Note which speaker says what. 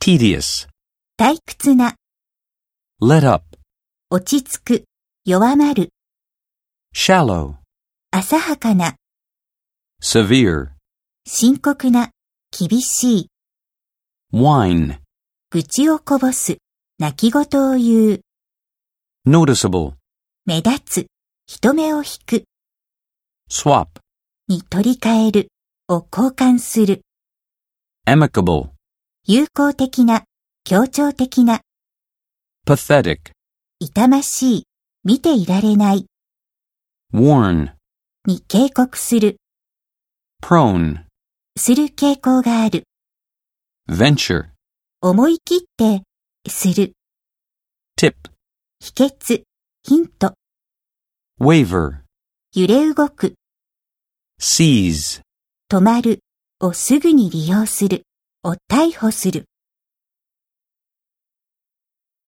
Speaker 1: tedious,
Speaker 2: 退屈な、
Speaker 1: let up,
Speaker 2: 落ち着く、弱まる、
Speaker 1: shallow,
Speaker 2: 浅はかな、
Speaker 1: severe,
Speaker 2: 深刻な、厳しい、
Speaker 1: whine,
Speaker 2: 愚痴をこぼす、泣き言を言う、
Speaker 1: noticeable,
Speaker 2: 目立つ、人目を引く、
Speaker 1: swap,
Speaker 2: に取り替える、を交換する、
Speaker 1: amicable,
Speaker 2: 友好的な、協調的な、
Speaker 1: pathetic,
Speaker 2: 痛ましい、見ていられない、
Speaker 1: warn,
Speaker 2: に警告する、
Speaker 1: prone,
Speaker 2: する傾向がある、
Speaker 1: venture,
Speaker 2: 思い切って、する、
Speaker 1: tip,
Speaker 2: 秘訣、ヒント、
Speaker 1: waver,
Speaker 2: 揺れ動く、
Speaker 1: seize.
Speaker 2: 止まるをすぐに利用するを逮捕する。